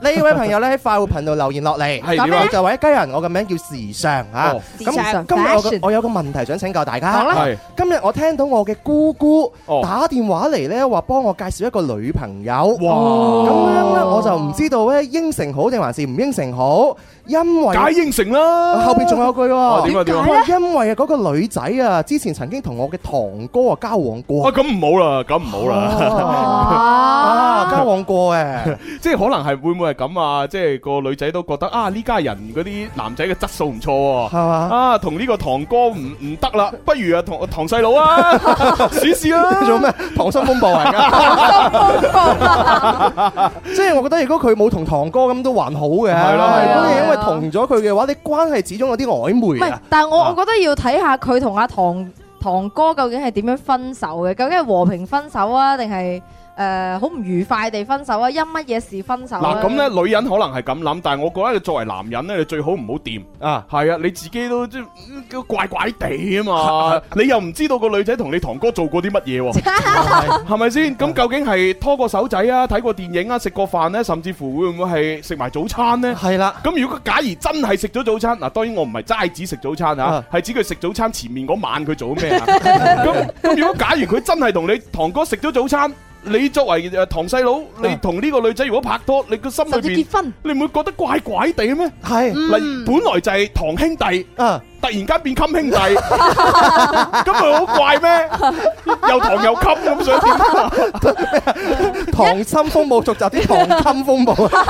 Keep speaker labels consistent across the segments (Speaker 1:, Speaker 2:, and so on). Speaker 1: 呢位朋友咧喺快活頻道留言落嚟，
Speaker 2: 係點啊
Speaker 1: 咁就話一家人，我嘅名叫時尚啊
Speaker 2: 哦。
Speaker 3: 時尚
Speaker 1: 咁今日我個
Speaker 3: fashion
Speaker 1: 我有個問題想請教大家。
Speaker 3: 好啦
Speaker 2: 係
Speaker 1: 今日我聽到我嘅姑姑
Speaker 2: 哦
Speaker 1: 打電話嚟咧，話幫我介紹一個女朋友。咁
Speaker 2: 哇！
Speaker 1: 樣咧，我就唔知道咧應承好定還是唔應承好，因為
Speaker 2: 解應承啦，
Speaker 1: 後邊仲有句哦
Speaker 2: 啊
Speaker 1: 喎
Speaker 2: 點。啊點啊
Speaker 1: 佢！話因為嗰個女仔啊，之前曾經同我嘅堂哥啊交往
Speaker 2: 啊
Speaker 1: 過。
Speaker 2: 咁唔好啦，咁唔好
Speaker 1: 哦
Speaker 2: 啦，
Speaker 3: 哦
Speaker 1: 啊，交往過誒。
Speaker 2: 即係可能係會唔會係咁啊？即係個女仔都覺得啊呢家人嗰啲男仔嘅質素唔錯喎，
Speaker 1: 係嘛
Speaker 2: 啊同呢個堂哥唔唔得啦，不如啊同堂細佬啊試試啊啦，
Speaker 1: 做 咩？溏心風暴嚟噶，即係我覺得如果佢冇同堂哥咁都還好嘅，
Speaker 2: 係咯
Speaker 1: 如
Speaker 3: 係咯
Speaker 1: 果你因為同咗佢嘅話，你關係始終有啲曖昧啊。
Speaker 3: 唔係，但係我-
Speaker 2: 啊。
Speaker 3: 我覺得要睇下佢同阿堂-呃堂哥究竟係點樣分手嘅，究竟係和平分手啊，定係，誒，好唔愉快地分手啊，因乜嘢事分手啊？
Speaker 2: 嗱咁咧女人可能係咁諗，但係我覺得你作為男人咧，你最好唔好掂。
Speaker 1: 啊，
Speaker 2: 係啊，你自己都即係嗯怪怪地啊嘛，你又唔知道個女仔同你堂哥做過啲乜嘢喎。係咪先？咁究竟係拖過手仔啊，睇過電影啊，食過飯呢，甚至乎會唔會係食埋早餐呢？
Speaker 1: 係啦，
Speaker 2: 咁如果假如真係食咗早餐，嗱當然我唔係齋指食早餐嚇
Speaker 1: 啊，
Speaker 2: 係指佢食早餐前面嗰晚佢做咗咩啊？ 咁咁如果假如佢真係同你堂哥食咗早餐，你作為誒堂細佬，你同呢個女仔如果拍拖，你個心裏邊
Speaker 3: 啊甚至結婚。嗯
Speaker 2: 你唔會覺得怪怪地咩？
Speaker 1: 係
Speaker 2: 嗱、本來就係堂兄弟。
Speaker 1: 啊，
Speaker 2: 突然間變襟兄弟， 咁咪好怪咩？又糖又襟咁想點啊？
Speaker 1: 溏心風暴續集啲溏心風 暴啊！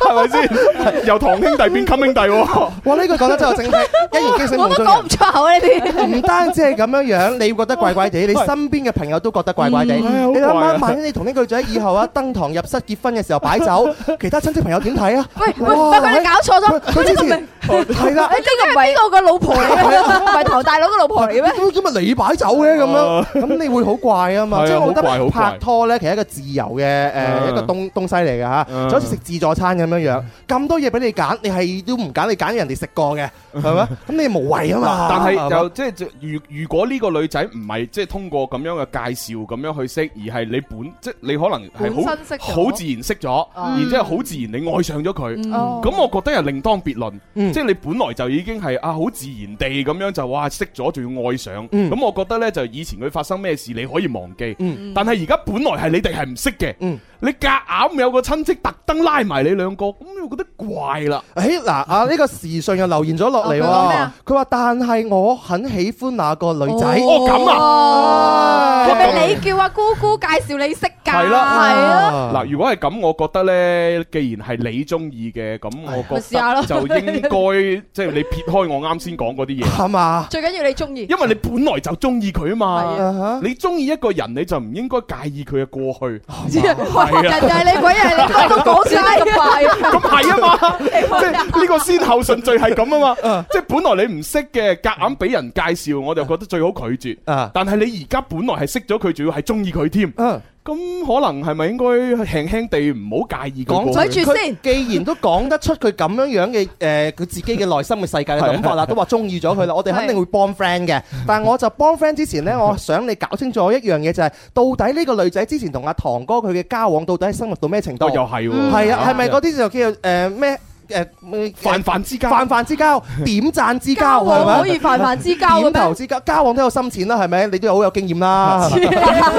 Speaker 2: 係咪先？由堂兄弟變襟兄弟喎，
Speaker 1: 哇，呢句講得真係正式，一言驚醒夢中人。
Speaker 3: 我都講唔出口呢啲。
Speaker 1: 唔單止係咁樣樣，你會覺得怪怪地，你身邊嘅朋友都覺得怪怪地。
Speaker 2: 嗯哎呀好
Speaker 1: 你諗
Speaker 2: 怪啊
Speaker 1: 下，萬一你同呢個女仔以後啊登堂入室結婚嘅時候擺酒，其他親戚朋友點睇啊？
Speaker 3: 喂，喂，
Speaker 1: 哇，
Speaker 3: 喂，佢哋搞錯咗，哎
Speaker 1: 佢佢之前哦係啦。
Speaker 3: 呢個唔係邊個嘅老婆嚟咩？唔係頭大佬嘅老婆嚟咩？
Speaker 1: 咁咁咪你擺酒嘅咁樣
Speaker 2: 啊，
Speaker 1: 咁你會好怪啊
Speaker 2: 係
Speaker 1: 嘛！
Speaker 2: 啊
Speaker 1: 即係我覺
Speaker 2: 好怪好
Speaker 1: 得
Speaker 2: 怪
Speaker 1: 拍拖咧，其實一個自由嘅
Speaker 2: 嗯
Speaker 1: 誒一個東東西嚟嘅嚇，
Speaker 2: 嗯
Speaker 1: 就好似食自助餐咁樣樣，咁多嘢俾你揀，你係都唔揀，你揀人哋食過 嘅，係咪？咁你無謂啊嘛。
Speaker 2: 但係
Speaker 1: 嘛
Speaker 2: 又即係如如果呢個女仔唔係即係通過咁樣嘅介紹咁樣去識，而係你本即係你可能係好
Speaker 3: 本身識咗
Speaker 2: 好自然識咗，
Speaker 3: 嗯
Speaker 2: 然之後好自然你愛上咗佢。
Speaker 3: 哦。
Speaker 2: 咁我覺得又另當別論，
Speaker 1: 嗯
Speaker 2: 即係你本來就已經係啊好自然地咁樣就哇識咗仲要愛上，咁、
Speaker 1: 嗯
Speaker 2: 我覺得呢，就以前佢發生咩事你可以忘記，
Speaker 1: 嗯
Speaker 2: 但係而家本來係你哋係唔識嘅，
Speaker 1: 嗯
Speaker 2: 你夾硬有個親戚特登拉埋你兩個，咁我覺得怪啦，
Speaker 1: 誒嗱啊！呢個時訊又留言咗落嚟
Speaker 3: 哦佢講咩
Speaker 1: 喎
Speaker 3: 啊，
Speaker 1: 佢話：但係我很喜歡那個女仔。
Speaker 2: 哦咁
Speaker 3: 啊
Speaker 1: 唉
Speaker 3: 係咪你叫阿姑姑介紹你識㗎？
Speaker 2: 係啦
Speaker 3: 係啊，
Speaker 2: 嗱、如果係咁，我覺得呢，既然係你中意嘅，咁
Speaker 1: 哎
Speaker 2: 我
Speaker 3: 咪
Speaker 2: 覺
Speaker 3: 試下
Speaker 2: 得
Speaker 3: 咯
Speaker 2: 就應 該即係你撇開我啱先講嗰啲嘢，
Speaker 1: 係嘛？
Speaker 3: 最緊要你中意。
Speaker 2: 因為你本來就中意佢啊
Speaker 3: 係
Speaker 2: 嘛
Speaker 3: 啊。
Speaker 1: 啊哈
Speaker 2: 你中意一個人，你就唔應該介意佢嘅過去，
Speaker 3: 人哋係你鬼係你，都講晒咁快。
Speaker 2: 咁係啊 嘛，即係呢個先後順序係咁啊嘛，即係本來你唔識嘅，夾硬俾人介紹，我就覺得最好拒絕。
Speaker 1: 啊
Speaker 2: 但係你而家本來係識咗佢，仲要係中意佢添，咁
Speaker 1: 嗯，
Speaker 2: 可能係咪應該輕輕地唔好介意佢
Speaker 1: 講
Speaker 2: 過
Speaker 3: 咪
Speaker 2: 去？
Speaker 3: 住
Speaker 1: 佢
Speaker 3: 先
Speaker 1: 既然都講得出佢咁樣樣嘅誒，佢自己嘅內心嘅世界嘅諗法啦，都話中意咗佢啦，我哋肯定會幫 friend 嘅。但係我就幫 friend 之前呢，我想你搞清楚一樣嘢，就係到底呢個女仔之前同阿堂哥佢嘅交往到底係深入到咩程度？
Speaker 2: 哦，又係喎，
Speaker 1: 係啊，係咪嗰啲就叫做誒咩誒咩
Speaker 2: 泛泛之間？
Speaker 1: 泛泛之 交、點讚之
Speaker 3: 交
Speaker 1: 交，係
Speaker 3: 往
Speaker 1: 咪
Speaker 3: 可？以泛泛之交
Speaker 1: 點
Speaker 3: 嘅
Speaker 1: 頭
Speaker 3: 咩？
Speaker 1: 之交，交往都有深淺啦，係咪？你都好有經驗啦。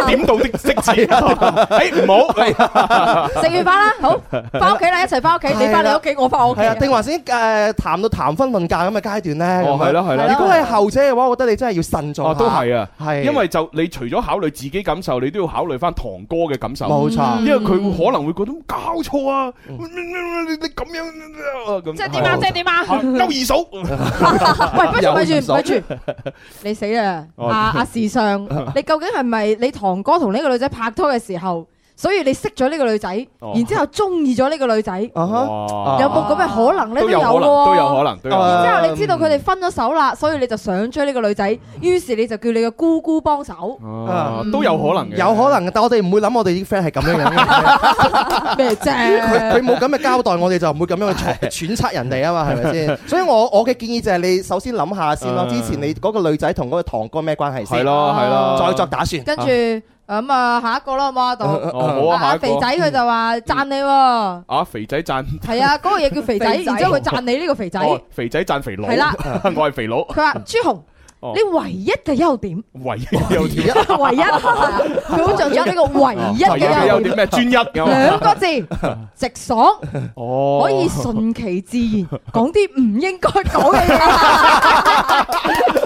Speaker 2: 點到的即止，誒唔好，
Speaker 3: 食完飯啦，好，翻屋企啦，一齊翻屋企，你翻你屋企，我翻我屋企
Speaker 1: 係。啊，定還是誒談到談婚論嫁咁嘅階段咧？
Speaker 2: 哦係啦係
Speaker 1: 咁樣
Speaker 2: 啦
Speaker 1: 如，果係後者嘅話，我覺得你真係要慎重
Speaker 2: 哦
Speaker 1: 下
Speaker 2: 都係啊，
Speaker 1: 係
Speaker 2: 因為就你除咗考慮自己感受，你都要考慮翻堂哥嘅感受。
Speaker 1: 冇錯
Speaker 2: 因。為佢會可能會覺得搞錯啊，你咁樣啊咁，
Speaker 3: 即係點啊？即係點啊？
Speaker 2: 勾二嫂，
Speaker 3: 喂，咪住咪
Speaker 1: 有
Speaker 3: 住咪住，你死啦！
Speaker 2: 哦
Speaker 3: 阿阿時尚，你究竟係咪你堂哥同呢個女仔拍拖嘅時候，所以你識咗呢個女仔，
Speaker 2: 哦
Speaker 3: 然之後中意咗呢個女仔，有
Speaker 1: 啊哈
Speaker 2: 哇
Speaker 3: 冇咁嘅可能咧？
Speaker 2: 都有
Speaker 3: 有
Speaker 2: 可能，
Speaker 3: 喎
Speaker 2: 都有可能，都有可能。，
Speaker 1: 誒
Speaker 3: 之後你知道佢哋分咗手啦，所以你就想追呢個女仔，於是你就叫你嘅姑姑幫手
Speaker 2: 啊都有可能嘅，
Speaker 1: 有可能嘅，但我哋唔會諗我哋啲 friend 係咁樣樣 嘅，
Speaker 3: 咩
Speaker 1: 佢佢
Speaker 3: 啫？
Speaker 1: 冇咁嘅交代，我哋就唔會咁樣去 揣揣測人哋啊嘛，係咪先？所以我我嘅建議就係你首先諗下先咯，
Speaker 2: 嗯
Speaker 1: 之前你嗰個女仔同嗰個堂哥咩關係
Speaker 2: 係
Speaker 1: 先，
Speaker 2: 咯，係咯，
Speaker 1: 再作打算。
Speaker 3: 跟住咁啊，下一個啦，好唔好啊？度
Speaker 2: 哦，好啊，下一嗯
Speaker 3: 肥
Speaker 2: 個
Speaker 3: 仔佢就話讚你喎，
Speaker 2: 啊，肥仔讚
Speaker 3: 係 啊，嗰個嘢叫肥仔，
Speaker 4: 肥仔
Speaker 3: 然之後佢讚你呢個肥仔，
Speaker 2: 哦
Speaker 3: 係，
Speaker 2: 肥仔讚肥佬，
Speaker 3: 啦，
Speaker 2: 我係肥佬，
Speaker 3: 佢話朱紅，
Speaker 2: 哦
Speaker 3: 你唯一嘅 優點，
Speaker 2: 唯一有啲
Speaker 3: 唯一，佢好着重呢個唯一
Speaker 2: 唯一
Speaker 3: 嘅優
Speaker 2: 哦啊有
Speaker 3: 點。
Speaker 2: 啲咩專一咁啊
Speaker 3: 兩 個字，直爽，
Speaker 2: 哦，
Speaker 3: 可以順其自然，講啲唔應該講嘅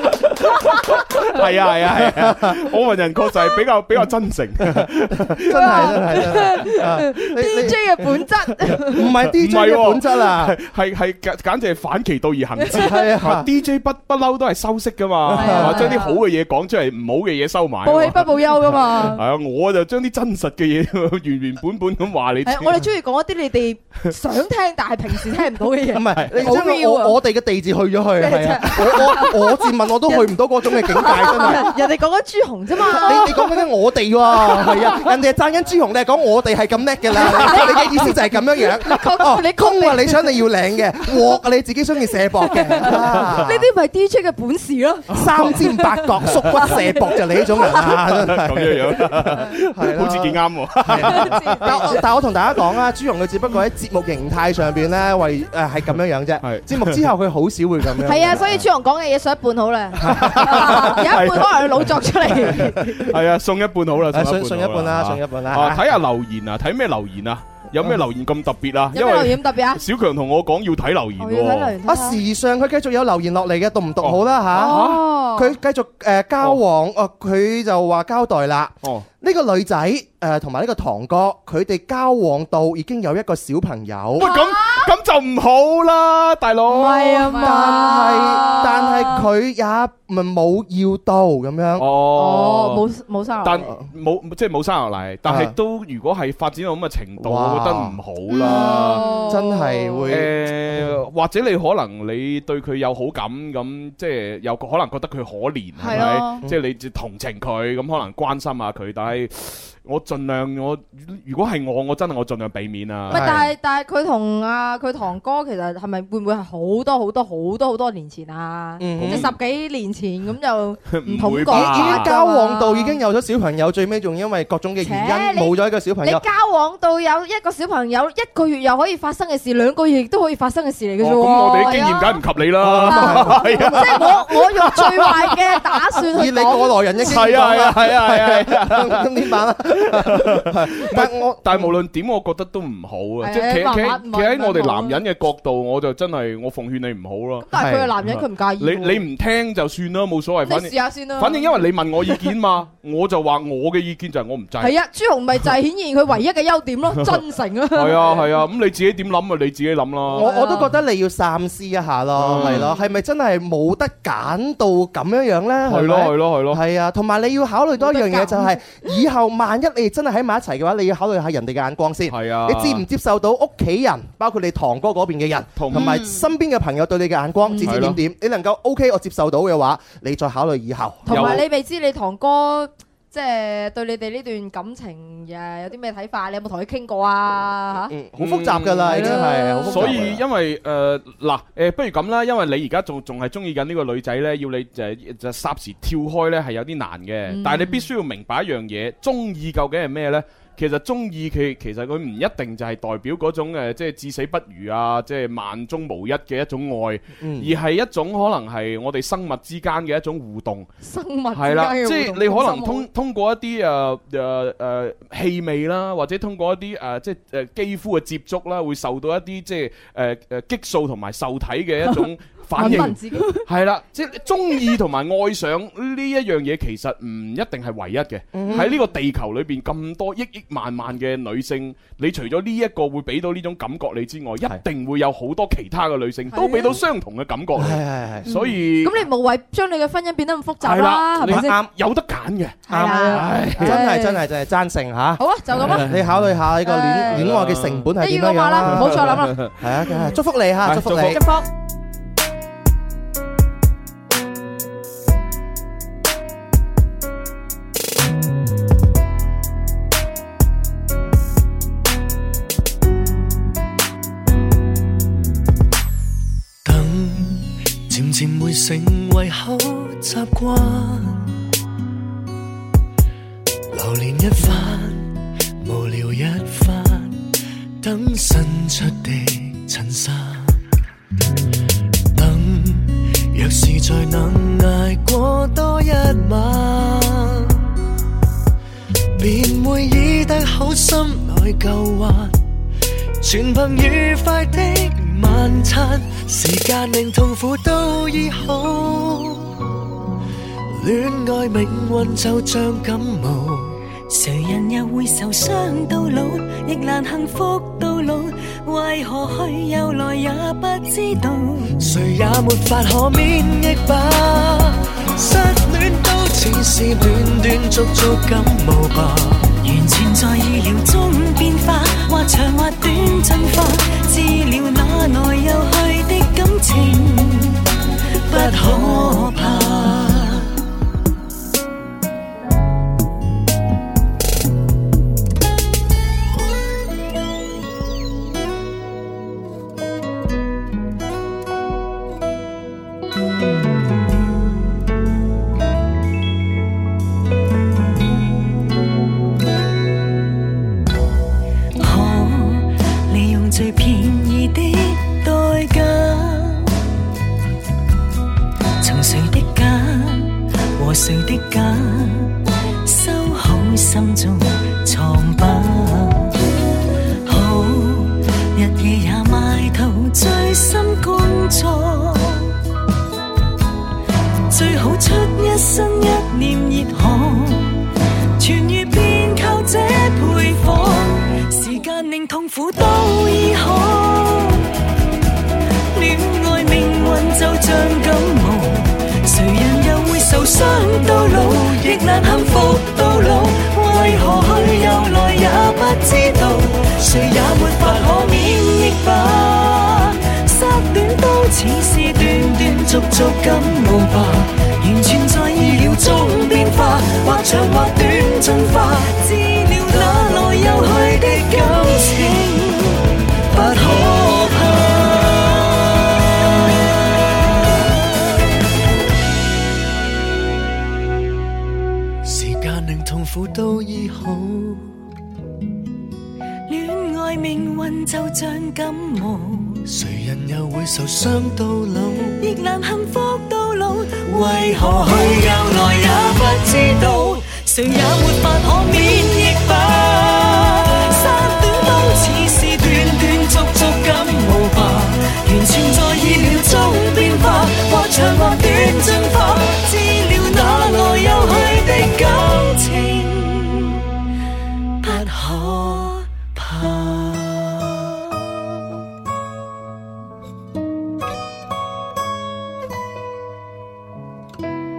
Speaker 3: 嘢。
Speaker 2: 係啊係啊係啊，我份人確實係比 較比較真誠，
Speaker 1: 真係真係真係啊 你
Speaker 3: DJ 嘅本質，
Speaker 1: 你唔係 DJ
Speaker 2: 唔係喎
Speaker 1: 嘅本質 啊，
Speaker 2: 係係簡簡直係反其道而 行之。
Speaker 1: 係啊。
Speaker 2: DJ 不不嬲都係修飾噶嘛，
Speaker 3: 係啊
Speaker 2: 係嘛將啲好嘅嘢講出嚟，唔好嘅嘢收 埋。
Speaker 3: 報喜不報憂噶
Speaker 2: 係
Speaker 3: 嘛。
Speaker 2: 啊，我就將啲真實嘅嘢 原原本本咁話你知
Speaker 3: 係，。我哋中意講一啲你 哋想聽但係平時聽唔到嘅
Speaker 1: 唔
Speaker 3: 嘢。
Speaker 1: 係，你
Speaker 3: 好
Speaker 1: 將
Speaker 3: real 啊
Speaker 1: 我我哋嘅地址去咗去，係 啊，我我我自問我都去唔到嗰種嘅境界，真係。
Speaker 3: 人哋講緊朱紅 啫嘛，
Speaker 1: 你你講緊啲我哋喎，係 啊，人哋係讚緊朱紅，你係講我哋係咁叻嘅啦。你嘅意思就係咁樣樣。哦，
Speaker 3: 你確
Speaker 1: 公啊，你想你要領 嘅，鑊啊你自己中意射博嘅。啊
Speaker 3: 呢啲咪 DJ 嘅本事咯。
Speaker 1: 三尖八角縮骨射博就你呢種人啊， 真係
Speaker 2: 咁樣樣，
Speaker 1: 係啦
Speaker 3: 啊
Speaker 2: 好似幾啱喎。
Speaker 1: 但我但我同大家講啊，朱紅佢只不過喺節目形態上邊咧，為誒係咁樣樣啫
Speaker 2: 係。
Speaker 1: 節目之後佢好少會咁樣。
Speaker 3: 係啊，所以朱紅講嘅嘢上一半好 啦，有一半可能佢老作 出嚟。
Speaker 2: 係啊，送一半好啦，
Speaker 1: 誒
Speaker 2: 送
Speaker 1: 信
Speaker 2: 一
Speaker 1: 信
Speaker 2: 半
Speaker 1: 一半啦，
Speaker 2: 好
Speaker 1: 信一半
Speaker 2: 啊，
Speaker 1: 啦。
Speaker 2: 睇下留言啊，睇咩留言啊？有咩留言咁特別啊？因
Speaker 3: 嗯有咩留
Speaker 2: 為
Speaker 3: 言特別啊？哦
Speaker 2: 小強同我講要睇留言
Speaker 3: 我要睇留
Speaker 2: 喎。
Speaker 3: 言睇
Speaker 1: 啊，
Speaker 3: 下。
Speaker 1: 時尚佢繼續有留言落嚟嘅，讀唔讀好啦嚇？
Speaker 3: 哦，
Speaker 1: 佢繼續誒交往，哦，佢就話交代啦。
Speaker 2: 哦，
Speaker 1: 呢個女仔誒同埋呢個堂哥，佢哋交往到已經有一個小朋友
Speaker 2: 喂，，咁咁就唔好啦，大佬。
Speaker 3: 係啊
Speaker 1: 但係但係佢也唔冇要到咁樣。
Speaker 2: 哦
Speaker 3: 哦，。冇冇生
Speaker 2: 但
Speaker 3: 落
Speaker 2: 冇即係冇生落嚟，但係
Speaker 1: 啊
Speaker 2: 都如果係發展到咁嘅程度，
Speaker 1: 哇
Speaker 2: 我覺得唔好
Speaker 3: 嚟
Speaker 2: 啦。
Speaker 3: 哦
Speaker 1: 真係會
Speaker 3: 嗯
Speaker 2: 誒，或者你可能你對佢有好感，咁即係有可能覺得佢可憐，係
Speaker 3: 係啊
Speaker 2: 咪？
Speaker 3: 咯，
Speaker 2: 即係你同情佢，咁可能關心下佢，但係我盡量我如果係我，我真係我盡量避免
Speaker 3: 唔
Speaker 2: 啊
Speaker 3: 係。但係但係佢同啊佢堂哥其實係咪會唔會係好多好多好多好多年前啊？
Speaker 1: 嗯
Speaker 3: 即係十幾年前咁就唔
Speaker 2: 唔
Speaker 1: 已
Speaker 2: 會
Speaker 3: 同
Speaker 2: 吧
Speaker 3: 講
Speaker 1: 已經
Speaker 3: 法㗎
Speaker 1: 交往到
Speaker 3: 嘛
Speaker 1: 已經有咗小朋友，最尾仲因為各種嘅原因
Speaker 3: 切你
Speaker 1: 冇咗一個小朋
Speaker 3: 你
Speaker 1: 友。
Speaker 3: 交往到有一個小朋友一個月又可以發生嘅事，兩個月亦都可以發生嘅事嚟嘅
Speaker 2: 哦
Speaker 3: 啫
Speaker 2: 咁我哋啲
Speaker 3: 喎。
Speaker 2: 經驗梗唔及你啦。
Speaker 3: 啊即係我我用最壞嘅打算
Speaker 1: 以
Speaker 3: 去
Speaker 1: 你
Speaker 3: 講，
Speaker 1: 過來人嘅經驗
Speaker 2: 係啊係啊係啊係啊！
Speaker 1: 講啦，咁點 辦啦？但係我
Speaker 2: 但係無論點，我覺得都唔好啊！
Speaker 3: 係
Speaker 2: 即係企
Speaker 3: 慢
Speaker 2: 企
Speaker 3: 慢
Speaker 2: 企喺我哋
Speaker 3: 慢慢
Speaker 2: 男人嘅角度，我就真係我奉勸你唔好咯。
Speaker 3: 但係佢係男人，佢唔介意
Speaker 2: 你
Speaker 3: 喎。
Speaker 2: 啊你唔聽就算啦，冇所謂，反
Speaker 3: 你
Speaker 2: 正
Speaker 3: 試下先啦。
Speaker 2: 反正因為你問我意 見嘛，我就話我嘅意見就係我唔制。
Speaker 3: 係啊，朱紅咪就係顯現佢唯一嘅優 點咯，真誠啊。
Speaker 2: 係啊係啊，咁你自己點諗啊？你自己諗啦。
Speaker 1: 我我都覺得你要三思一下咯，
Speaker 2: 嗯
Speaker 1: 係咯，係咪真係冇得揀到咁樣樣咧？
Speaker 2: 係
Speaker 1: 係
Speaker 2: 咯
Speaker 1: 咪
Speaker 2: 係咯係咯。
Speaker 1: 係啊，同埋你要考慮多一樣嘢就係，以後萬一你真係喺埋一齊嘅話，你要考慮下人哋嘅眼光先。
Speaker 2: 係啊。
Speaker 1: 你接唔接受到屋企人，包括你堂哥嗰邊嘅人，
Speaker 2: 同
Speaker 1: 同埋身邊嘅朋友對你嘅眼光
Speaker 3: 嗯
Speaker 1: 指指點點？你能夠 OK 我接受到嘅話，你再考慮以後。
Speaker 3: 同埋
Speaker 2: 有
Speaker 3: 你未知你堂哥即係對你哋呢段感情誒有啲咩睇法？你有冇同佢傾過啊？
Speaker 1: 嗯，好複雜㗎啦，
Speaker 3: 嗯
Speaker 1: 已經係好複雜㗎啦。
Speaker 2: 啊
Speaker 1: 啊
Speaker 2: 所以因為誒呃嗱誒，不如咁啦，因為你而家仲仲係中意緊呢個女仔呢，要你就就呃霎時跳開呢係有啲難嘅。
Speaker 3: 嗯
Speaker 2: 但係你必須要明白一樣嘢，中意究竟係咩呢？其實中意佢其實佢唔一定就係代表嗰種誒，即係至死不渝啊，即係萬中無一嘅一種愛，
Speaker 1: 嗯
Speaker 2: 而係一種可能係我哋生物之間嘅一種互動。
Speaker 3: 嚇，生物之
Speaker 2: 係
Speaker 3: 間
Speaker 2: 啦，
Speaker 3: 嘅
Speaker 2: 即係
Speaker 3: 互動
Speaker 2: 你可能
Speaker 3: 心
Speaker 2: 通通過一啲誒誒誒氣味啦，或者通過一啲誒、呃即係誒肌膚嘅接觸啦，會受到一啲即係誒誒激素同埋受體嘅一種 反
Speaker 3: 好
Speaker 2: 應
Speaker 3: 自己
Speaker 2: 係啦，即係中意同埋愛上呢一樣嘢，其實唔一定係唯一嘅。喺呢個地球裏邊咁多億億萬萬嘅女性，你除咗呢一個會俾到呢種感覺你之外，一定會有好多其他嘅女性都俾到相同嘅感覺
Speaker 1: 係
Speaker 2: 你，
Speaker 1: 係係
Speaker 2: 所以
Speaker 3: 咁你無謂將你嘅婚姻變得咁複雜
Speaker 2: 係
Speaker 3: 啦，係
Speaker 2: 你
Speaker 3: 咪先？
Speaker 2: 啱有得揀嘅。
Speaker 3: 係啦
Speaker 2: 唉
Speaker 1: 啊真係真係真係贊成嚇。
Speaker 3: 好啊，就咁啦。
Speaker 1: 你考慮下呢個
Speaker 3: 唉
Speaker 1: 戀戀愛嘅成本係
Speaker 3: 一於
Speaker 1: 點樣
Speaker 3: 咁
Speaker 1: 樣
Speaker 3: 話啦，唔好
Speaker 1: 啦。
Speaker 3: 再諗啦。
Speaker 1: 係啊，梗係祝福你嚇，
Speaker 2: 係
Speaker 1: 祝福
Speaker 2: 祝福
Speaker 1: 你
Speaker 3: 一。方
Speaker 5: 等，漸漸會成為好習慣。流連等新出的襯衫，等若是再能捱過多一晚，便會以得好心來救還。全憑愉快的晚餐，時間令痛苦都醫好。戀愛命運就像感冒。
Speaker 4: 谁人又会受伤到老，亦难幸福到老，为何去又来也不知道。
Speaker 5: 谁也没法可免疫吧。失恋都似是斷斷續續感冒吧。
Speaker 4: 完全在意料中變化，或長或短進化，治療那來又去的感情，不可怕。可利用最便宜的代價，從誰的家和誰的家，收好心中藏吧。好，日夜也埋頭醉心工作，最好出一身一念熱汗。痊愈便靠這配方，時間令痛苦都醫好。戀愛命運就像感冒，誰人又會受傷到老，亦難幸福到老。為何去又來也不知道，誰也沒法可免疫吧。失戀都似是斷斷續續感冒吧，完全在意料中變化，或長或短進化，治療那來又去的感情，不可怕。
Speaker 5: 時間令痛苦都醫好，
Speaker 4: 戀愛命運就像感冒，
Speaker 5: 誰人又會受傷到老？
Speaker 4: 亦難幸福到老。
Speaker 5: 為
Speaker 4: 為何
Speaker 5: 何
Speaker 4: 去
Speaker 5: 去
Speaker 4: 又
Speaker 5: 又
Speaker 4: 來
Speaker 5: 來
Speaker 4: 也
Speaker 5: 也
Speaker 4: 不
Speaker 5: 不
Speaker 4: 知
Speaker 5: 知
Speaker 4: 道
Speaker 5: 道，，
Speaker 4: 誰也沒法可免疫吧。失戀都似是斷斷續續感冒吧，完全在意料中變化，或長或短進化，治療那來又去的感情，不可怕。
Speaker 5: Hãy subscribe cho kênh Ghiền Mì Gõ Để không bỏ lỡ